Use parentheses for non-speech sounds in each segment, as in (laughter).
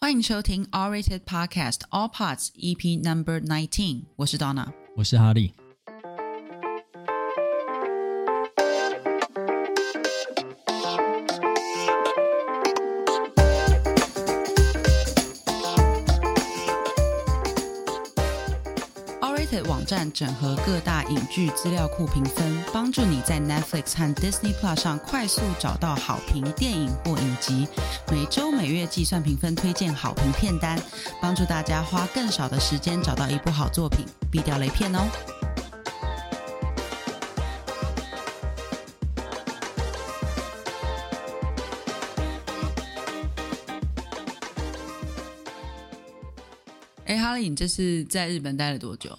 欢迎收听 All Rated E Podcast All Parts EP Number Nineteen，我是 Donna。我是哈利。 All Rated E 网站整合各大影剧资料库评分，帮助你在 Netflix 和 Disney Plus 上快速找到好评电影或影集。每周每月计算评分，推荐好评片单，帮助大家花更少的时间找到一部好作品，避掉雷片哦。哎，哈利，你这是在日本待了多久？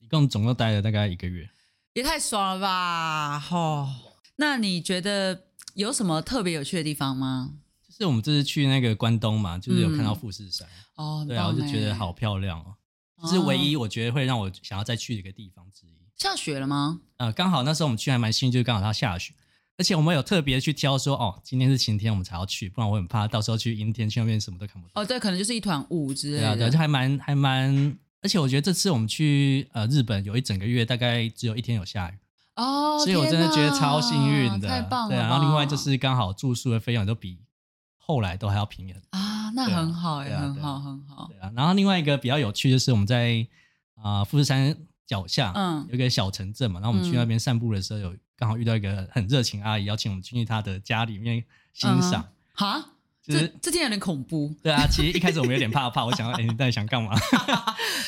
一共总共待了大概一个月。也太爽了吧！吼、那你觉得有什么特别有趣的地方吗？就是我们这次去那个关东嘛，就是有看到嗯富士山，哦，很对啊，我棒就觉得欸好漂亮哦，哦这是唯一我觉得会让我想要再去的一个地方之一。下雪了吗？呃，刚好那时候我们去还蛮幸运，就是刚好它下雪，而且我们有特别去挑说，哦，今天是晴天我们才要去，不然我很怕到时候去阴天去那边什么都看不到。哦，对，可能就是一团雾之类对啊，的。对啊，就还蛮还蛮，而且我觉得这次我们去呃日本有一整个月，大概只有一天有下雨，哦，所以我真的觉得超幸运天哪的，太棒了吧。对啊，然后另外就是刚好住宿的费用都比后来都还要便宜很多，啊，那对啊很好耶，对啊很对啊好，很好对。啊。然后另外一个比较有趣就是我们在啊、富士山脚下，嗯有一个小城镇嘛，然后我们去那边散步的时候，有刚好遇到一个很热情阿姨，邀请我们进去她的家里面欣嗯赏。哈，就这是这天有点恐怖。对啊，其实一开始我们有点怕怕，(laughs) 我想，哎、你到底想干嘛？ (laughs)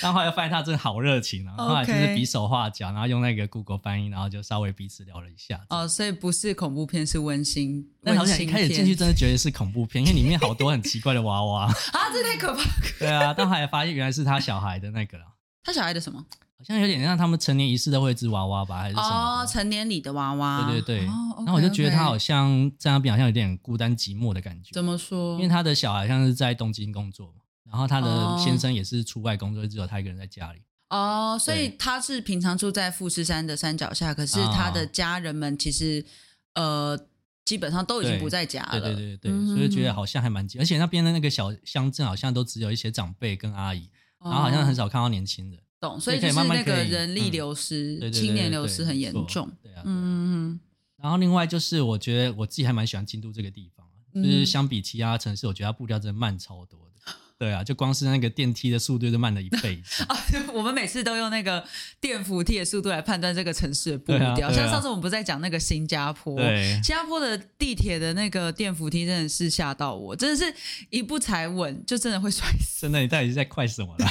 然后后来发现她真的好热情啊，然后后来就是 OK 比手画脚，然后用那个 Google 翻译，然后就稍微彼此聊了一下。哦，所以不是恐怖片，是温馨。但好温像一馨开始进片去真的觉得是恐怖片，因为里面好多很奇怪的 (laughs) 娃娃。啊，这太可怕。对啊，但后来发现原来是他小孩的那个啦，他小孩的什么？好像有点像他们成年仪式都会有一只娃娃吧，还是什哦，么的。成年礼的娃娃。对对对，哦然后我就觉得他好 OK，OK 像在那边好像有点孤单寂寞的感觉，怎么说？因为他的小孩好像是在东京工作嘛，然后他哦的先生也是出外工作，只有他一个人在家里。哦，所以对他是平常住在富士山的山脚下，可是他的啊家人们其实呃基本上都已经对不在家了。对对对对，嗯所以就觉得好像还蛮寂，而且那边的那个小乡镇好像都只有一些长辈跟阿姨，哦，然后好像很少看到年轻人。懂，所所以以就可以是慢慢那个可以人力嗯流失、对对对青年对流对失很没严错重。对啊，对啊嗯，嗯然后另外就是，我觉得我自己还蛮喜欢京都这个地方，啊嗯就是相比其他城市，我觉得它步调真的慢超多的。对啊，就光是那个电梯的速度就慢了一倍以上。嗯 (laughs) 我们每次都用那个电扶梯的速度来判断这个城市的步对啊调，对像啊上次我们不是在讲那个新加坡，对新加坡的地铁的那个电扶梯真的是吓到我，真的是一步踩稳就真的会摔死。真的，你到底是在快什么啦？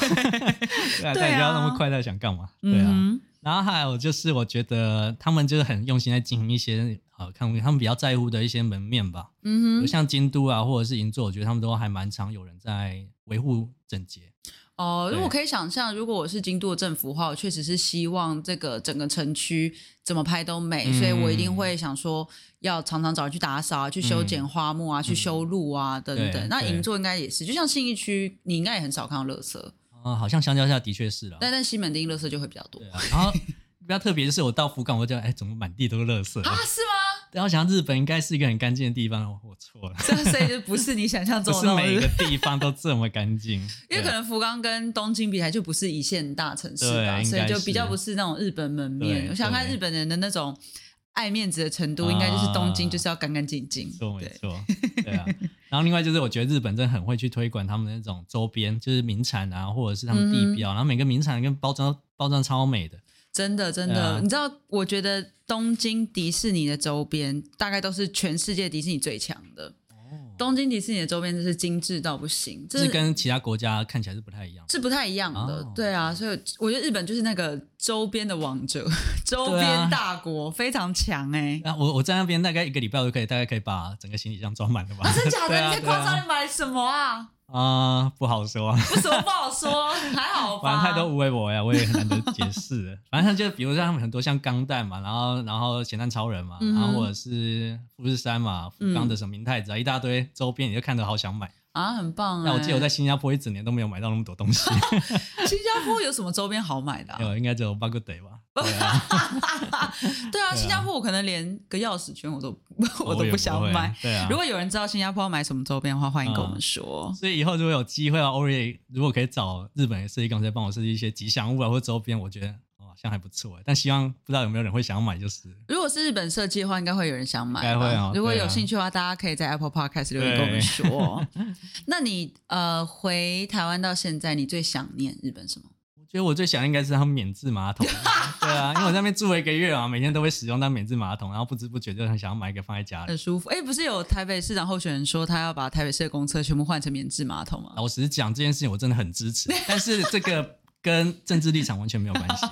(laughs) 对对啊啊，到底要那么快，到底想干嘛？对啊。嗯哼，然后还有就是，我觉得他们就是很用心在经营一些呃，看他们比较在乎的一些门面吧，比嗯如哼，像京都啊，或者是银座，我觉得他们都还蛮常有人在维护整洁。哦，如果对可以想象，如果我是京都的政府的话，我确实是希望这个整个城区怎么拍都美，嗯嗯所以我一定会想说要常常找人去打扫啊，去修剪花木啊，去修路啊等等。对那对银座应该也是，就像信义区，你应该也很少看到垃圾，啊，好像相较下的确是啦。但但西门町垃圾就会比较多哦对啊， (laughs) 然后比较特别就是我到福冈，我就觉得哎，怎么满地都是垃圾？啊，是吗？然后想日本应该是一个很干净的地方，我 (laughs) 错了，这所以就不是你想象不中是的那每种个。地方都这么干 (laughs) 净。因为可对啊能福冈跟东京比起来，就不是一线大城市对吧，应该所以就比是较不是那种日本门面。对我想看对日本人的那种爱面子的程度，应该就是东京啊就是要干干净净没。错没对，错，对啊。然后另外就是我觉得日本真的很会去推广他们的那种周边，就是名产啊，或者是他们嗯哼地标，然后每个名产跟包装包装超美的。真的真对的，啊你知道，我觉得东京迪士尼的周边大概都是全世界迪士尼最强的。东京迪士尼的周边真是精致到不行，这哦就是跟其他国家看起来是不太一样的。是不太一样的，哦对啊，所以我觉得日本就是那个周边的王者， (laughs) 周对啊边大国、非常强哎、那我我在那边大概一个礼拜，我就可以大概可以把整个行李箱装满了吧？啊，真假的？ (laughs) 对啊你太夸张，你买什么啊？对啊啊、不好说。不什么不好 (laughs) 说，还好吧。反正太多无为我啊呀，我也很难得解释。 (laughs) 反正就比如像他们很多像钢弹嘛，然后然后咸蛋超人嘛，嗯然哼后或者是富士山嘛，福冈的什么明太子啊，一大堆周边，你就看得好想买。啊，很棒、欸！那我记得我在新加坡一整年都没有买到那么多东西， (laughs) 新加坡有什么周边好买的、啊没？有，应该只有 bug day (laughs) 吧？对啊对啊，对啊新加坡我可能连个钥匙圈我都 (laughs) 我都也不想会买。。对啊，如果有人知道新加坡要买什么周边的话，欢迎跟我们嗯说。所以以后如果有机会啊，欧瑞如果可以找日本的设计公司帮我设计一些吉祥物啊或周边，我觉得哦好像还不错欸。但希望不知道有没有人会想要买，就是如果是日本设计的话，应该会有人想买吧。应该会哦如果对啊有兴趣的话，大家可以在 Apple Podcast 留言对跟我们说。 (laughs) 那你呃回台湾到现在，你最想念日本什么？我觉得我最想应该是他们免治 (laughs) 马桶。对啊，因为我在那边住了一个月啊，每天都会使用到免治马桶，然后不知不觉就很想要买一个放在家里很。舒服。哎、不是有台北市长候选人说他要把台北市的公厕全部换成免治马桶吗？老实讲，这件事情我真的很支持，但是这个跟政治立场完全没有 (laughs) 关系。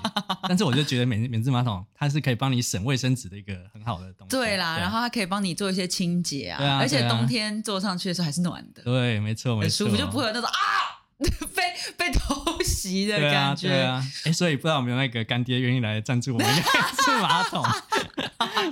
但是我就觉得免免治马桶它是可以帮你省卫生纸的一个很好的东西。对啦，啊然后它可以帮你做一些清洁啊，对啊而且对啊冬天坐上去的时候还是暖的，对，没错，没很错，舒服，就不会有那种啊 (laughs) 被被偷袭的对啊，感觉。对啊，哎、所以不知道有没有那个干爹愿意来赞助我们是马 (laughs) 桶？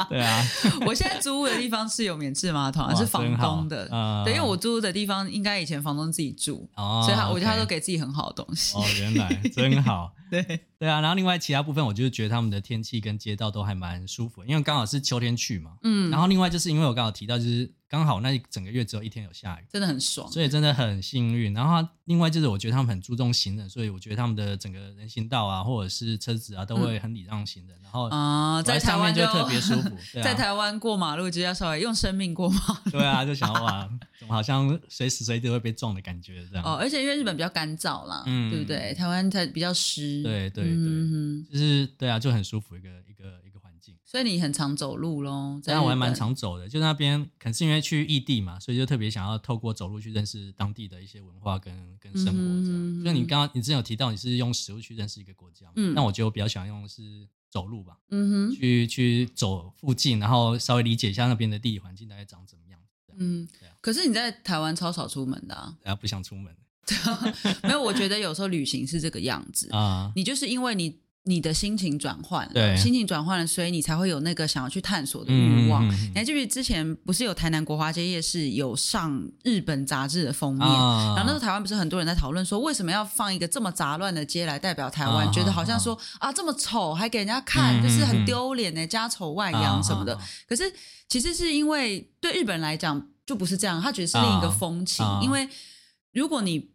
对啊，我现在租屋的地方是有免治马桶啊，哇是房东的真。好呃对，因为我租屋的地方应该以前房东自己住，哦，所以他我觉得他都 OK 给自己很好的东西。哦，原 (laughs) 来真好。对，对啊，然后另外其他部分，我就是觉得他们的天气跟街道都还蛮舒服，因为刚好是秋天去嘛。嗯，然后另外就是因为我刚好提到，就是刚好那一整个月只有一天有下雨，真的很爽。所以真的很幸运。然后它另外就是我觉得他们很注重行人，所以我觉得他们的整个人行道啊，或者是车子啊，都会很礼让行人。然后啊、我嗯在台上面湾就会特别舒 (laughs) 服对啊在台湾过马路就要稍微用生命过马路对啊，就想哇，怎么好像随时随地会被撞的感觉这样。哦，而且因为日本比较干燥啦，嗯对不对？台湾才比较湿，对对对嗯哼就是对啊，就很舒服一个一个一个环境。所以你很常走路喽，在但我还日本蛮常走的，就那边可能是因为去异地嘛，所以就特别想要透过走路去认识当地的一些文化跟跟生活这样。嗯哼就你刚刚你之前有提到你是用食物去认识一个国家嘛，嗯那我觉得我比较喜欢用的是走路吧，嗯哼，去去走附近，然后稍微理解一下那边的地理环境大概长怎么样。这样嗯对啊。可是你在台湾超少出门的、啊，大家不想出门没有？我觉得有时候旅行是这个样子，啊，你就是因为你你的心情转换了，对心情转换了，所以你才会有那个想要去探索的嗯欲望。嗯嗯嗯你还记不记得之前不是有台南国华街夜市有上日本杂志的封面？啊然后那时候台湾不是很多人在讨论说，为什么要放一个这么杂乱的街来代表台湾？啊觉得好像说啊这么丑还给人家看，嗯就是很嗯嗯丢脸呢、家丑万扬什么的。啊啊啊可是其实是因为对日本人来讲就不是这样，他觉得是另一个风情。啊啊因为如果你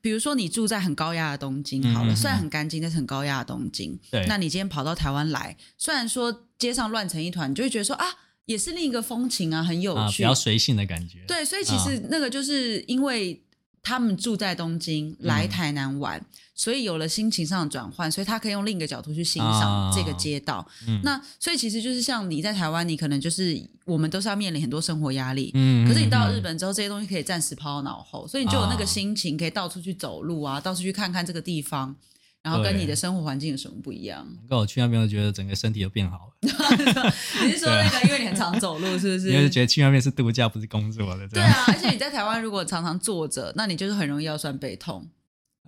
比如说你住在很高压的东京好了，嗯嗯嗯虽然很干净，但是很高压的东京，对，那你今天跑到台湾来，虽然说街上乱成一团，你就会觉得说啊，也是另一个风情啊，很有啊比趣。较随性的感觉。对，所以其实那个就是因为。他们住在东京，来嗯台南玩，所以有了心情上的转换，所以他可以用另一个角度去欣赏啊这个街道。嗯，那所以其实就是像你在台湾，你可能就是我们都是要面临很多生活压力。嗯，可是你到嗯啊日本之后，这些东西可以暂时抛到脑后，所以你就有那个心情，可以到处去走路啊，到处去看看这个地方，然后跟对你的生活环境有什么不一 (laughs) 样？能够去那边，我觉得整个身体都变好了，你是说那个，因为你很常走路，是不？啊 (laughs) 因为就是觉得去那边是度假，不是工作的。这对样，啊，而且你在台湾如果常常坐着，那你就是很容易腰酸背痛，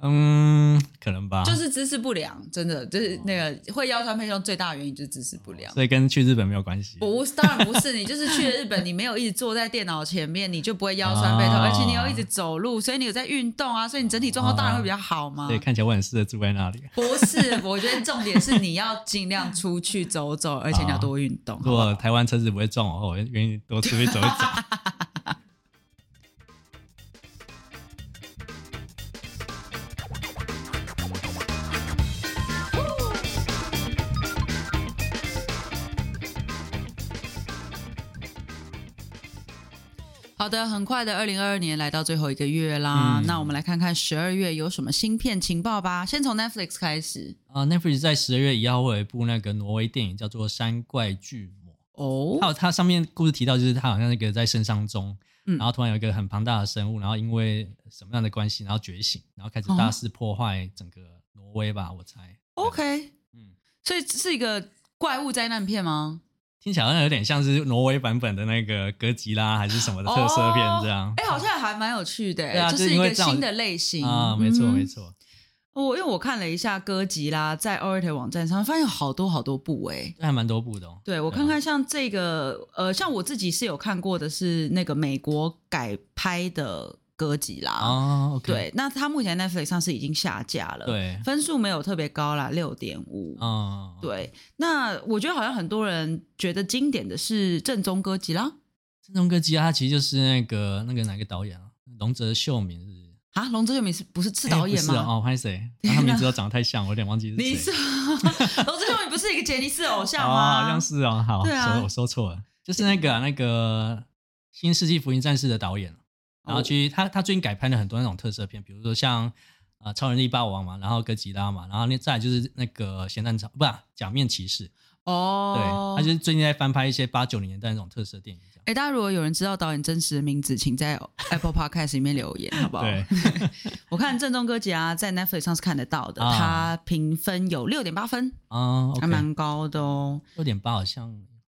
嗯，可能吧。就是姿势不良，真的就是那个会腰酸背痛最大的原因就是姿势不良。所以跟去日本没有关系。不是，当然不是，你就是去了日本，你没有一直坐在电脑前面，你就不会腰酸背痛，哦而且你有一直走路，所以你有在运动啊，所以你整体状况当然会比较好嘛。对，看起来我很适合住在那里。不是，我觉得重点是你要尽量出去走走，而且你要多运动。如好不好果台湾车子不会撞我的话，我愿意多出去走一走。 (laughs) 好的，很快的，二零二二年来到最后一个月啦，嗯那我们来看看十二月有什么芯片情报吧。先从 Netflix 开始啊、n e t f l i x 在十二月一号会有一部那个挪威电影叫做《山怪巨魔》，哦还有它上面故事提到，就是它好像那个在深山中，嗯然后突然有一个很庞大的生物，然后因为什么样的关系，然后觉醒，然后开始哦大肆破坏整个挪威吧，我猜。 ，OK，嗯，所以是一个怪物灾难片吗？听起来好像有点像是挪威版本的那个哥吉拉还是什么的特色片这样。哎、好像还蛮有趣的、欸对啊就就是是一因个为这样新的类型啊，没错嗯没错，我、因为我看了一下歌集啦，在 Orator 网站上发现有好多好多部哎、这还蛮多部的哦。对我对啊看看，像这个呃，像我自己是有看过的是那个美国改拍的歌集啦。哦，OK，对，那它目前 Netflix 上是已经下架了，，对，分数没有特别高啦，六点五。嗯，对，那我觉得好像很多人觉得经典的是正宗歌集啦，郑中歌吉他其实就是那个那个哪个导演啊？龙泽秀明是不是？啊，龙之佑明是不是是哎导演不吗？是哦，拍谁？啊他名字都长得太像，我有点忘记是谁。 (laughs) 你是龙之佑明不是一个杰尼斯偶像哦，吗？好像是哦，好，对啊说我说错了，就是那个啊那个《新世纪福音战士》的导演，啊然哦后去他他最近改拍了很多那种特色片，比如说像呃超人力霸王嘛，然后哥吉拉嘛，然后那再来就是那个咸蛋超不是啊假面骑士，哦，对，他就是最近在翻拍一些八九零年代那种特色电影这样。哎、大家如果有人知道导演真实的名字，请在 Apple Podcast 里面留言，好不好？对，我看《正宗歌集》啊，在 Netflix 上是看得到的，啊它评分有六点八分， (laughs) 啊还，OK，蛮高的哦，六点八好像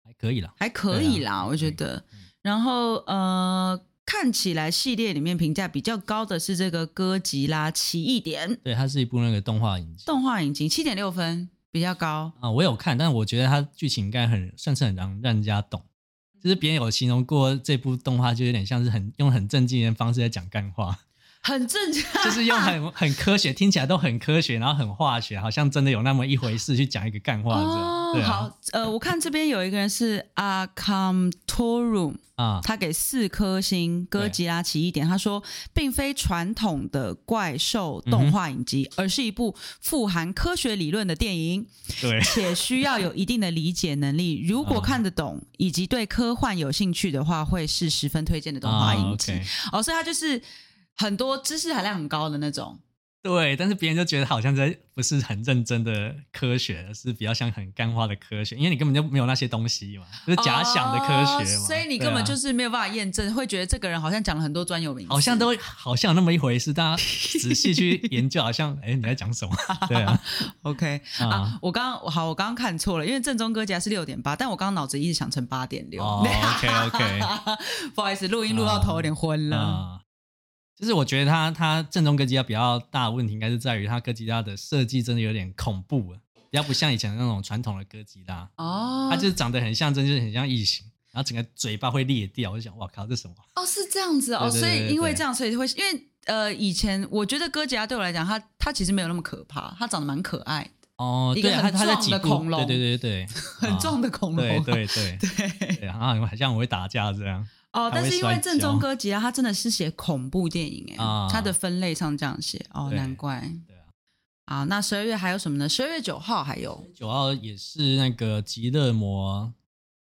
还可以啦。还可以对啦，我觉得嗯。然后呃，看起来系列里面评价比较高的是这个《哥吉拉奇异点》对，它是一部那个动画影集动画影集，七点六分，比较高。啊，我有看，但我觉得它剧情应该很算是很让让人家懂。嗯就是别人有形容过这部动画，就有点像是很用很正经的方式在讲 (laughs) 干话，很正常，就是用很很科学，听起来都很科学，然后很化学，好像真的有那么一回事去讲一个干话这样。对啊，好，呃，我看这边有一个人是 a c a m Torum，啊，他给四颗星《哥吉拉奇异点》，他说并非传统的怪兽动画影集，而是一部富含科学理论的电 (laughs) 影，对，且需要有一定的理解能力。如果看得懂以及对科幻有兴趣的话，会是十分推荐的动画影集。啊，OK 哦，所以它就是很多知识含量很高的那种。对，但是别人就觉得好像在不是很认真的科学，而是比较像很干话的科学，因为你根本就没有那些东西嘛，就是假想的科学嘛，哦所以你对根本啊就是没有办法验证，会觉得这个人好像讲了很多专有名词，好像都好像有那么一回事，大家仔细去研究，好像哎、你在讲什么？ (laughs) 对啊， OK 啊啊。我刚刚好，我刚刚看错了，因为正宗哥家是六点八，但我刚刚脑子一直想成八点六。 (laughs) 哦，OK OK，不好意思，录音录到头有点昏了。啊，就是我觉得他他正宗哥吉拉比较大的问题，应该是在于他哥吉拉的设计真的有点恐怖了，比较不像以前那种传统的哥吉拉，哦，啊它就是长得很像，真就是很像异形，然后整个嘴巴会裂掉，我就想哇靠，这什么？哦是这样子哦，所对对对以对因为对这样，所以会因为呃以前我觉得哥吉拉对我来讲，它它其实没有那么可怕，它长得蛮可爱的，哦，一个对，很他他在壮几的部恐龙对对对对， (laughs) 很重壮的恐龙。对对对对对，然后好像我会打架这样。 (laughs) 哦，但是因为正宗还会摔跤哥吉拉，他真的是写恐怖电影哎、啊它的分类上这样写哦，对难怪。对啊啊，那十二月还有什么呢？十二月九号还有九号也是那个极乐魔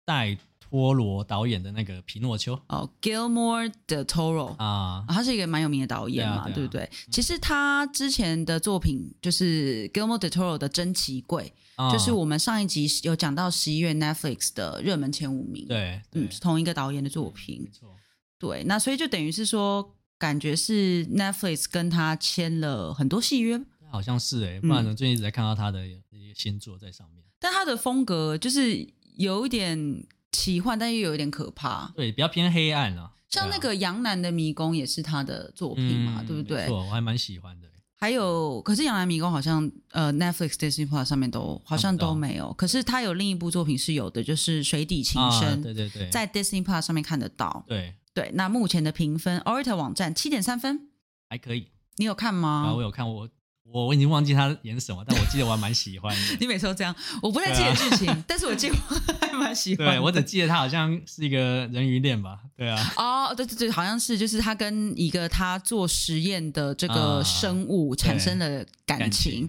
戴托罗导演的那个《皮诺丘》哦，Gilmore de Toro 啊啊，他是一个蛮有名的导演嘛，对啊对啊不对？其实他之前的作品就是 Gilmore de Toro 的《珍奇柜》啊就是我们上一集有讲到十一月 Netflix 的热门前五名，，对，对嗯，是同一个导演的作品没，错，对，那所以就等于是说，感觉是 Netflix 跟他签了很多戏约，好像是哎，不嗯然我最近一直在看到他的一些新作在上面，但他的风格就是有一点奇幻，但又有一点可怕，对，比较偏黑暗啊，像那对啊个《杨澜的迷宫》也是他的作品嘛，嗯对不没对？错，我还蛮喜欢的。还有，可是《杨澜迷宫》好像呃 Netflix、Disney Plus 上面都好像都没有，可是他有另一部作品是有的，就是《水底情啊，深》对对对，在 Disney Plus 上面看得到。对对，那目前的评分 o r a t o r 网站七点三分，还可以，你有看然吗啊后我？有看我我我已经忘记他演什么，但我记得我还蛮喜欢的。你每次都这样，我不太记得 (laughs) 剧情，但是我记得我还蛮喜欢的。啊对，我只记得他好像是一个人鱼恋吧？对啊，哦，对对对，好像是，就是他跟一个他做实验的这个啊生物产生了感感情。情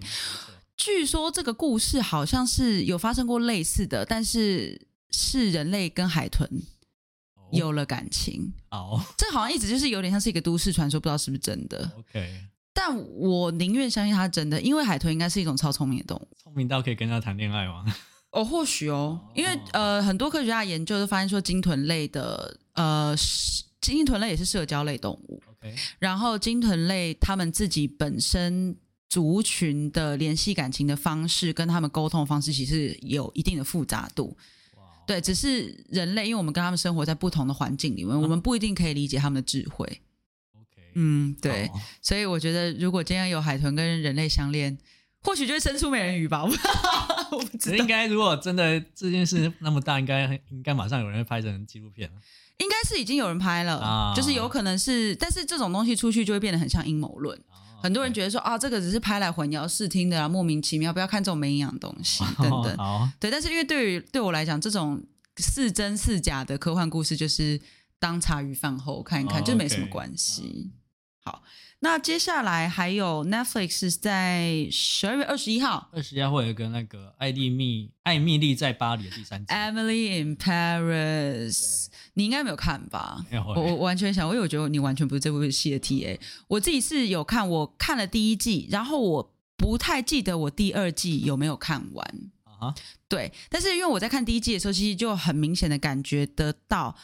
据说这个故事好像是有发生过类似的，但是是人类跟海豚哦有了感情。好这好像一直就是有点像是一个都市传说，不知道是不是真的。 ，OK，但我宁愿相信它是真的，因为海豚应该是一种超聪明的动物。聪明到可以跟他谈恋爱吗？哦，或许哦哦，因为呃，很多科学家研究都发现说，鲸豚类的呃，是鲸豚类也是社交类动物。 (laughs) OK，然后鲸豚类它们自己本身族群的联系感情的方式，跟他们沟通的方式其实有一定的复杂度。哇，对，只是人类，因为我们跟他们生活在不同的环境里面，我们不一定可以理解他们的智慧。 ，OK，，嗯，对，好所以我觉得如果今天有海豚跟人类相恋，或许就会生出美人鱼吧。我不知道我不知这道应，该如果真的这件事那么大，应该应该马上有人会拍成纪录片了。应该是已经有人拍了，啊就是有可能是，但是这种东西出去就会变得很像阴谋论。很多人觉觉得说啊，这个只是拍来混淆视听的啊，莫名其妙，不要看这种没营养的东 (laughs) 西等等。哦好，对，但是因为对于对我来讲，这种是真是假的科幻故事，就是当茶余饭后看一看，哦就没什么 OK，嗯关系。好，那接下来还有 Netflix 是在十二月二十一号二十一号会有一个那个艾丽蜜艾蜜莉在巴黎的第三集， 《Emily in Paris》，你应该没有看吧？没有我我完全想，因为我觉得你完全不是这部戏的 TA。我自己是有看，我看了第一季，然后我不太记得我第二季有没有看完。啊哈，对，但是因为我在看第一季的时候，其实就很明显的感觉得到，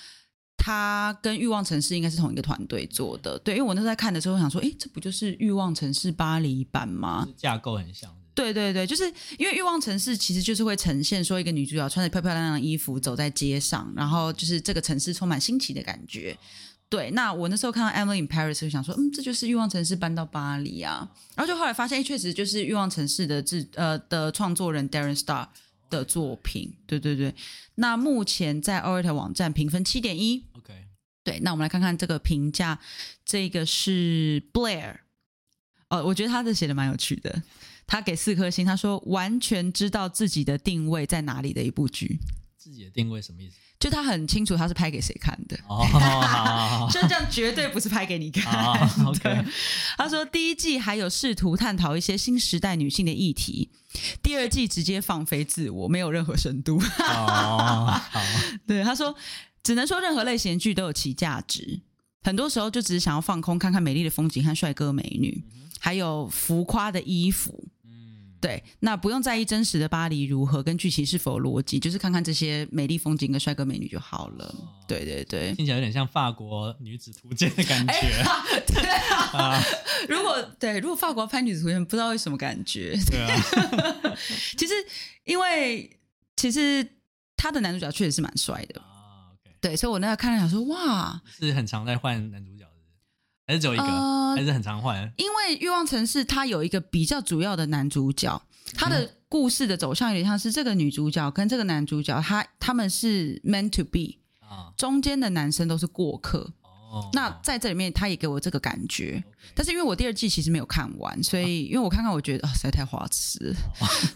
它跟《欲望城市》应该是同一个团队做的。对，因为我那时候在看的时候，我想说，诶，这不就是《欲望城市》巴黎版吗？就是架构很像。对对对，就是因为《欲望城市》其实就是会呈现说一个女主角穿着漂漂亮亮的衣服走在街上，然后就是这个城市充满新奇的感觉。对，那我那时候看到《Emily in Paris》就想说，嗯，这就是《欲望城市》搬到巴黎啊。然后就后来发现，哎，确实就是《欲望城市的》制呃的创作人 Darren Star 的作品。对对对，那目前在 o r a t 网站评分七点一。 OK，对，那我们来看看这个评价，这个是 Blair，呃，我觉得他的写的蛮有趣的，他给四颗星，他说完全知道自己的定位在哪里的一部剧，自己的定位什么意思？就他很清楚他是拍给谁看的。哦，好好好就这样，绝对不是拍给你看。好，OK，他说，第一季还有试图探讨一些新时代女性的议题，第二季直接放飞自我，没有任何深度。哦，好，对，他说，只能说任何类型的剧都有其价值，很多时候就只是想要放空，看看美丽的风景和帅哥美女，还有浮夸的衣服。嗯，对，那不用在意真实的巴黎如何，跟剧情是否有逻辑，就是看看这些美丽风景跟帅哥美女就好了。对对 (laughs) 对，听起来有点像法国女子图鉴的感觉，对啊，如果对，如果法国拍女子图片，不知道会什么感觉。 (laughs) 对啊，其实，因为其实他的男主角确实是蛮帅的，啊，OK，对，所以我那个看了想说，哇，是很常在换男主角是不是还是只有一个？呃还是很常换？因为《欲望城市》它有一个比较主要的男主角，他的故事的走向有点像是这个女主角跟这个男主角，他他们是 meant to be，啊，中间的男生都是过客。哦，那在这里面，他也给我这个感觉。但是是因为我第二季其实没有看完，所以因为我看看，我觉得、啊实在太花痴了，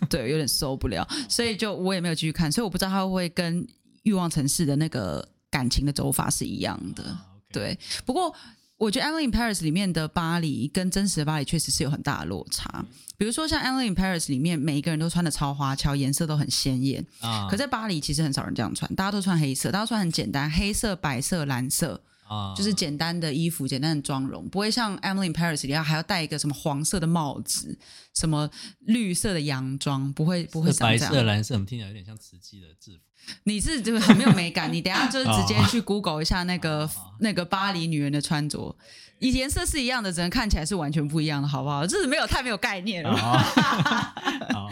对，有点受不了，所以就我也没有继续看，所以我不知道他会不会跟《欲望城市》的那个感情的走法是一样的。对，不过我觉得《Emily in Paris》里面的巴黎跟真实的巴黎确实是有很大的落差。嗯比如说像《Emily in Paris》里面，每一个人都穿的超花俏，颜色都很鲜艳。啊，可在巴黎其实很少人这样穿，大家都穿黑色，大家都穿很简单，黑色、白色、蓝色，啊，就是简单的衣服、简单的妆容，不会像《Emily in Paris》里面还要戴一个什么黄色的帽子、什么绿色的洋装，不会不会是像白这样色、。蓝色，我们听起来有点像慈济的制服。你是就是很没有美 (laughs) 感，你等一下就是直接去 Google 一下那个哦那个巴黎女人的穿着，颜色是一样的，只能看起来是完全不一样的，好不好？就是没有太没有概念了。啊好，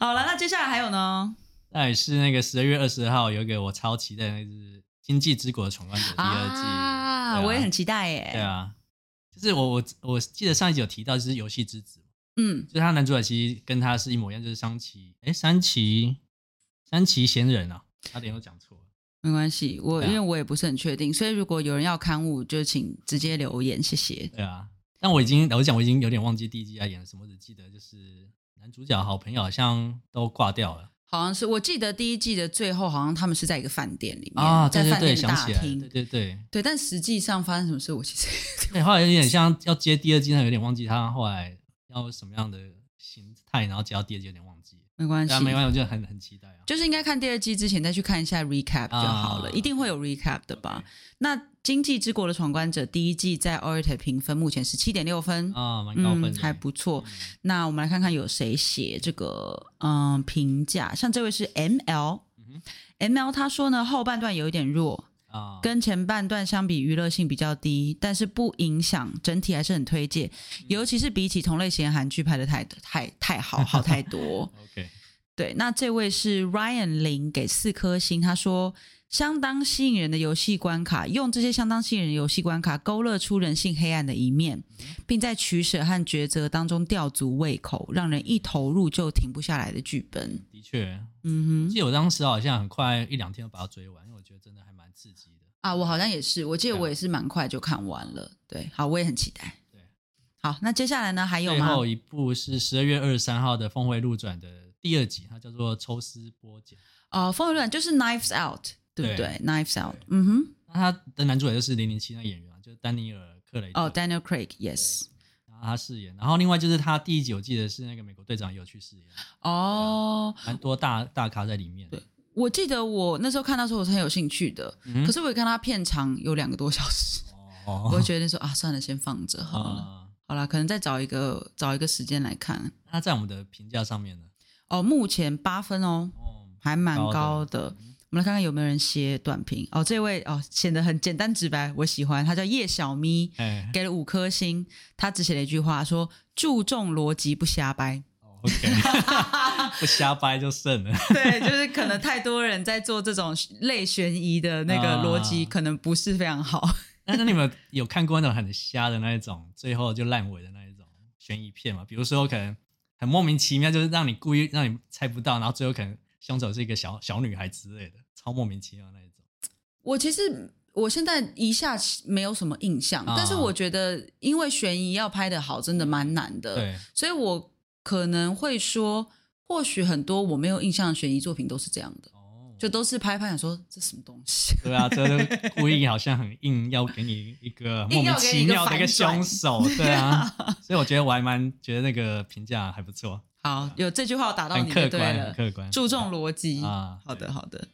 好了，那接下来还有呢？那也是那个十二月二十号有一个我超期待的，那就是《经济之国的闯关者》第二季。啊，对啊我也很期待耶。对啊，就是我我我记得上一集有提到，就是游戏之子，嗯，就是他男主角其实跟他是一模一样，就是山崎，哎，山崎山崎贤人啊，差点又讲错了。没关系，我、对啊因为我也不是很确定，所以如果有人要刊物，就请直接留言，谢谢。对啊，但我已经老实讲，我已经有点忘记第一季在演什么，我只记得就是男主角好朋友好像都挂掉了好像是我记得第一季的最后，好像他们是在一个饭店里面，啊，对在对饭对，店的想大起来了，厅。对对对。对，但实际上发生什么事，我其实 (laughs) 对，后来有点像要接第二季，但有点忘记他后来要什么样的形态，然后接到第二季有点忘记。没关系，但啊没关系，我就很很期待啊。就是应该看第二季之前再去看一下 recap 就好了，啊一定会有 recap 的吧？那《经济之国的闯关者》第一季在 o r i t 评分目前是七点六分，啊，蛮高分的、嗯，还不错。那我们来看看有谁写这个嗯评价，像这位是 M L。M 嗯 L 他说呢，后半段有一点弱，啊，跟前半段相比娱乐性比较低，但是不影响整体还是很推荐，嗯尤其是比起同类型的韩剧拍的太太太好好 (laughs) 太多。 OK 对，那这位是 Ryan 林给四颗星，他说相当吸引人的游戏关卡，用这些相当吸引人的游戏关卡勾勒出人性黑暗的一面，并在取舍和抉择当中吊足胃口，让人一投入就停不下来的剧本。的确，嗯哼，记得我当时好像很快一两天就把它追完，因为我觉得真的还蛮刺激的。啊，我好像也是，我记得我也是蛮快就看完了。对，好，我也很期待。对，好，那接下来呢？还有最吗？后一部是十二月二十三号的《峰回路转》的第二集，它叫做《抽丝剥茧》。哦，《风云论》就是《Knives Out》，对不对对 k n i v e s Out 对。嗯哼，那他的男主角就是零零七那演员啊，就是丹尼尔·克雷特哦、d a n i e l Craig，Yes。然后他饰演。然后另外就是他第一集我记得是那个美国队长也有去饰演，哦，蛮多大大咖在里面。对我记得我那时候看到的时候我是很有兴趣的，嗯可是我一看它片长有两个多小时， (laughs) 哦，我就决定说啊，算了，先放着好了。啊好啦，可能再找一个找一个时间来看。那在我们的评价上面呢？哦，目前八分哦，哦，还蛮高的高嗯的。我们来看看有没有人写短评。哦，这位哦显得很简单直白，我喜欢。他叫叶小咪，哎给了五颗星。他只写了一句话说：“注重逻辑，不瞎掰。” (laughs) 哦，OK，不瞎掰就胜了。对，就是可能太多人在做这种类悬疑的那个逻辑，啊可能不是非常好。那那你们有看过那种很瞎的那一种，最后就烂尾的那一种悬疑片吗？比如说可能很莫名其妙，就是让你故意让你猜不到，然后最后可能凶手是一个小小女孩之类的，超莫名其妙的那一种。我其实我现在一下没有什么印象，啊但是我觉得因为悬疑要拍的好，真的蛮难的，对，所以我可能会说，或许很多我没有印象的悬疑作品都是这样的，哦，就都是拍拍想说这什么东西。 (laughs) 对啊，这就故意好像很硬要给你一个莫硬名要给你其一个妙的一个反凶转手，对啊， (laughs) 所以我觉得我还蛮觉得那个评价还不错，好，有这句话我打到很你就客对观，很了，客观，注重逻辑啊好的，好的。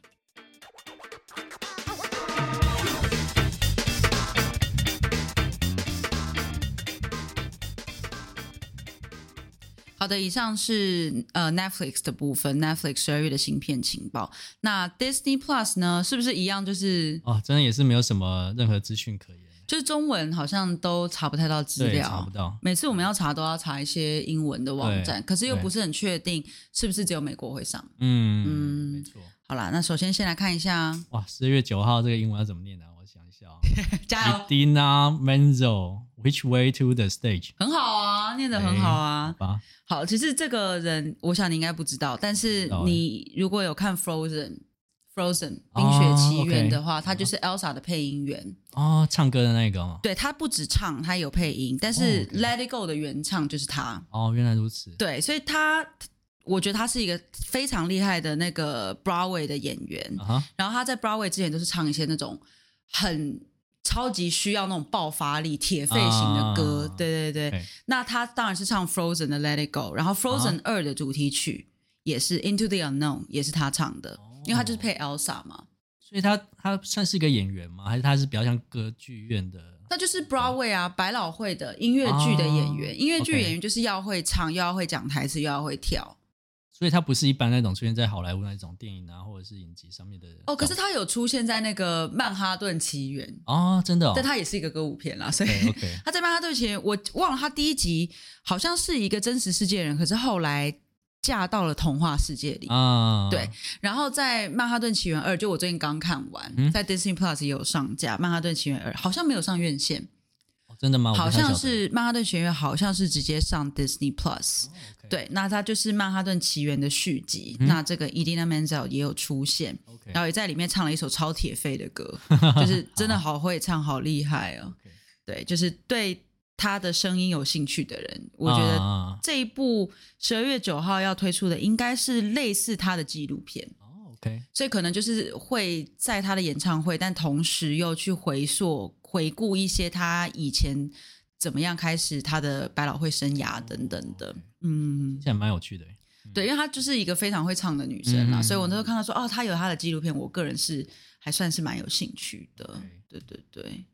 好的，以上是呃 Netflix 的部分，Netflix 十二月的新片情报。那 Disney Plus 呢，是不是一样？就是哦，真的也是没有什么任何资讯可言，就是中文好像都查不太到资对，查料不，到，每次我们要查都要查一些英文的网站，对可是又对不是很确定是不是只有美国会上。嗯嗯，没错。好啦，那首先先来看一下，哇，十月九号这个英文要怎么念呢、我想一下、哦 (laughs) 加油， ，Idina Menzel，Which way to the stage？很好啊，念得很好好啊。吧，好，其实这个人，我想你应该不知道，但是不知道欸你如果有看 Frozen。Frozen《哦冰雪奇缘》 OK 的话，他就是 Elsa 的配音员。哦，唱歌的那个吗？对他不止唱，他有配音，但是哦《Let It Go》的原唱就是他。哦，原来如此。对，所以他，我觉得他是一个非常厉害的那个 Broadway 的演员。啊哈，然后他在 Broadway 之前都是唱一些那种很超级需要那种爆发力、铁肺型的歌。啊对对对对，啊那他当然是唱 Frozen 的 Let It Go，然后 Frozen 二的主题曲也是 Into the Unknown，也是他唱的，哦因为他就是配 Elsa 嘛。所以他他算是一个演员吗？还是他是比较像歌剧院的？那就是 Broadway 啊，百老汇的音乐剧的演员，哦音乐剧 OK 演员就是要会唱，又要会讲台词，又要会跳。所以他不是一般那种出现在好莱坞那种电影啊，或者是影集上面的。哦，可是他有出现在那个《曼哈顿奇缘》哦，真的哦。但他也是一个歌舞片啦，所以对，OK， (laughs) 他在《曼哈顿奇缘》，我忘了他第一集好像是一个真实世界人，可是后来嫁到了童话世界里。啊，对，然后在《曼哈顿奇缘二》，就我最近刚看完，嗯在 Disney Plus 也有上架，《曼哈顿奇缘二》好像没有上院线，哦真的吗？我不好太晓像得是《曼哈顿奇缘》好像是直接上 Disney Plus。哦，OK 对，那它就是《曼哈顿奇缘》的续集，嗯那这个 Edina Menzel 也有出现， ，OK，然后也在里面唱了一首超铁肺的 (laughs) 歌，就是真的好会唱，好厉害哦。 OK 对，就是对他的声音有兴趣的人，我觉得啊这一部十二月九号要推出的应该是类似他的纪录片，哦，OK，所以可能就是会在他的演唱会，但同时又去回溯、回顾一些他以前怎么样开始他的百老汇生涯啊等等的。哦，OK 嗯听，起来蛮有趣的耶。对，因为她就是一个非常会唱的女生啦，嗯所以我那时候看到说，哦，她有她的纪录片，我个人是还算是蛮有兴趣的。 OK 对对对，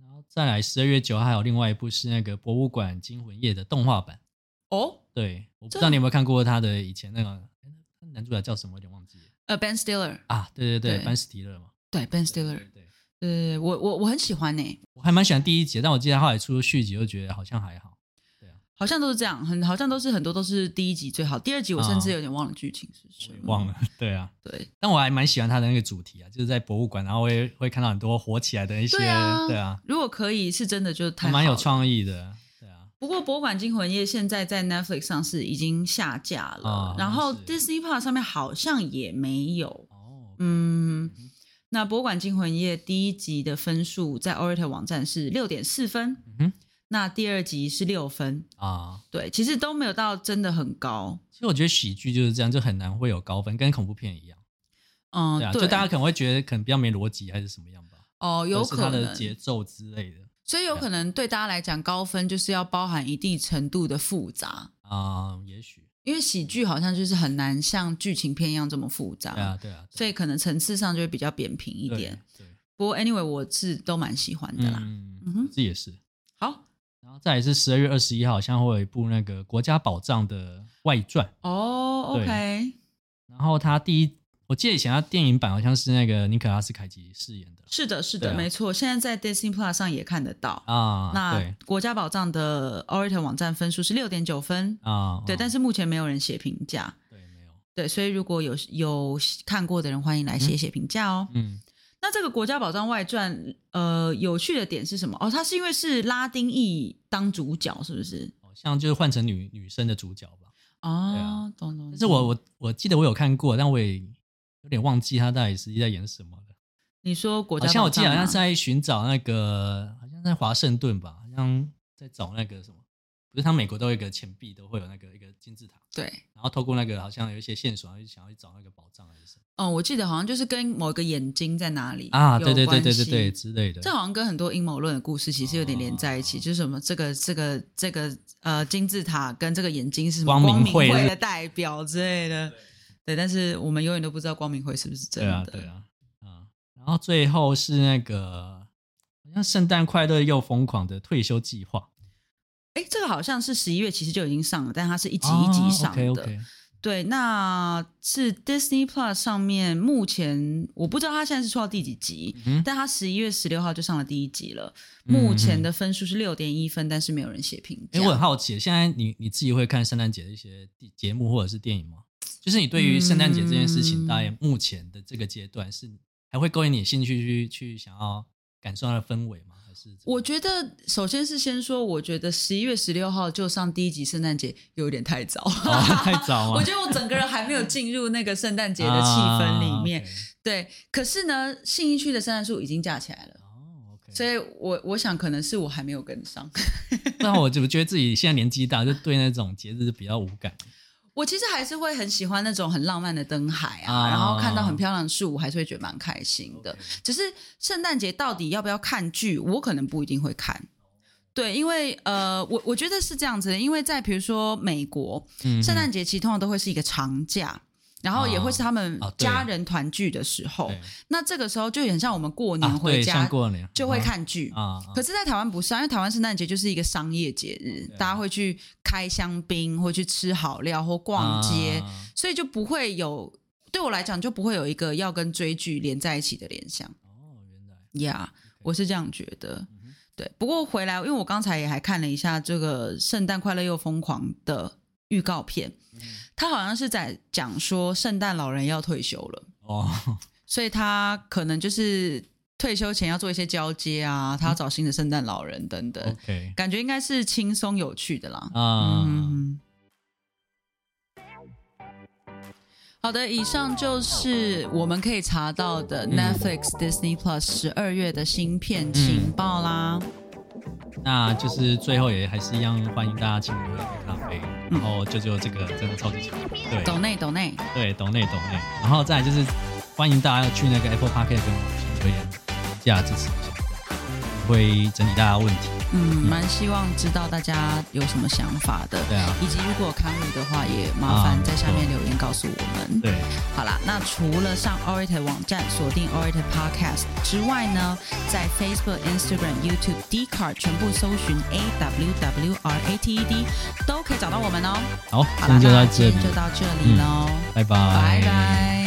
然后再来十二月九号还有另外一部是那个《博物馆惊魂夜》的动画版。哦，对，我不这知道你有没有看过他的以前那个哎那男主角叫什么，我有点忘记了呃，Ben Stiller，啊。对对对，对班斯提勒嘛。对，Ben 对 Stiller，对对，对，呃我我我很喜欢呢、欸我还蛮喜欢第一集，但我记得他后来出续集，就觉得好像还好。好像都是这样，很好像都是很多都是第一集最好，第二集我甚至有点忘了剧情是什么，嗯忘了， (laughs) 对啊。对但我还蛮喜欢他的那个主题啊，就是在博物馆，然后会会看到很多火起来的一些，对啊，对啊，如果可以是真的就太还蛮好有了创意的，对啊，不过《博物馆惊魂夜》现在在 Netflix 上是已经下架了，啊然后是 Disney Plus 上面好像也没有。哦，嗯，那《博物馆惊魂夜》第一集的分数在 Orator 网站是六点四分，嗯哼那第二集是六分，啊，对，其实都没有到真的很高。其实我觉得喜剧就是这样，就很难会有高分，跟恐怖片一样，嗯，对啊，就大家可能会觉得可能比较没逻辑还是什么样吧，哦，有或是可它的能，节奏之类的所以有可能对大家来讲，高分就是要包含一定程度的复杂，啊，也许，因为喜剧好像就是很难像剧情片一样这么复杂。对啊，对啊，所以可能层次上就会比较扁平一对点。，对，不过 anyway，我是都蛮喜欢的啦。嗯嗯哼，这也是。好然后再来是十二月二十一号，好像会有一部那个国家宝藏的外传，哦、o 对 k 然后他第一，我记得以前他电影版好像是那个尼可拉斯凯奇饰演的是的，是对的，啊没错，现在在 Disney Plus 上也看得到。啊，那对国家宝藏的 Orator 网站分数是六点九分，啊，对，但是是目前没有人写评价，对没有，对，所以如果有有看过的人，欢迎来写写评价哦。嗯那这个《国家宝藏外传》呃，有趣的点是什么？哦，它是因为是拉丁裔当主角，是不是？好像就是换成女女生的主角吧。对哦啊，懂懂。但是懂我我我记得我有看过，但我也有点忘记他到底实际在演什么了。你说国家好宝像藏我记得好像吗是在寻找那个，好像在华盛顿吧，好像在找那个什么，不是他美国都有一个钱币都会有那个一个金字塔，对，然后透过那个好像有一些线索，然后就想要去找那个宝藏还是什么哦，我记得好像就是跟某一个眼睛在哪里啊？有对对对关对对系对，之类的。这好像跟很多阴谋论的故事其实有点连在一起，哦就是什么这个这个这个呃金字塔跟这个眼睛是什么光明明会会的代表之类的，对，但是我们永远都不知道光明会是不是真对啊，的，对啊，啊，然后最后是那个好像圣诞快乐又疯狂的退休计划，哎、这个好像是十一月其实就已经上了，但它是一一集一集上的，哦 OK OK，对，那是 Disney Plus 上面目前我不知道它现在是出到第几集，嗯哼，但它十一月十六号就上了第一集了，嗯目前的分数是六点一分，但是没有人写评价。哎，我很好奇，现在你你自己会看圣诞节的一些地节目或者是电影吗？就是你对于圣诞节这件事情，嗯大概目前的这个阶段是还会勾引你兴趣去去想要感受它的氛围吗？还是怎么我觉得首先是先说，我觉得十一月十六号就上第一集圣诞节有点太早，哦 (laughs) 太早吗我觉得我整个人还没有进入那个圣诞节的气氛里面。啊对，可是呢，信义区的圣诞树已经架起来了， ，OK 所 (laughs) 哦以我我想可能是我还没有跟上。 ，OK，那我就觉得自己现在年纪大，就对那种节日比较无感。我其实还是会很喜欢那种很浪漫的灯海啊，啊然后看到很漂亮的树，我还是会觉得蛮开心的。 OK 只是圣诞节到底要不要看剧，我可能不一定会看。对，因为呃，我我觉得是这样子的，因为在比如说美国，嗯圣诞节其实通常都会是一个长假，然后也会是他们啊啊对家人团聚的时候。对那这个时候就很像我们过啊年哦回对家、像过年就会看剧。啊，啊可是，在台湾不是啊，因为台湾圣诞节就是一个商业节日，对啊大家会去开香槟，会去吃好料或逛街，啊所以就不会有对我来讲就不会有一个要跟追剧连在一起的联想。哦，原来呀、我是这样觉得。嗯哼对，不过回来，因为我刚才也还看了一下这个《圣诞快乐又疯狂》的预告片，嗯他好像是在讲说圣诞老人要退休了，哦，所以他可能就是退休前要做一些交接啊，嗯他要找新的圣诞老人等等， OK 感觉应该是轻松有趣的啦。哦啊，呃嗯，好的，以上就是我们可以查到的嗯 Netflix、Disney Plus 十二月的新片情报啦。那就是最后也还是一样，欢迎大家请我们喝一杯咖啡，然后救救这个真的超级强，抖对内抖内，对，懂内懂内，然后再来就是欢迎大家去那个 Apple Park 跟我们留言评价支持一下，我会整理大家问题，嗯，蛮希望知道大家有什么想法的，对啊，以及如果有刊物的话，也麻烦啊在下面留言告诉我们。对，好啦，那除了上 Orator 网站锁定 Orator Podcast 之外呢，在 Facebook、Instagram、YouTube、d c a r d 全部搜寻 A W W R A T E D 都可以找到我们哦。好，好今天啦，就到那这今里嗯天，就到这里喽，拜拜，拜拜。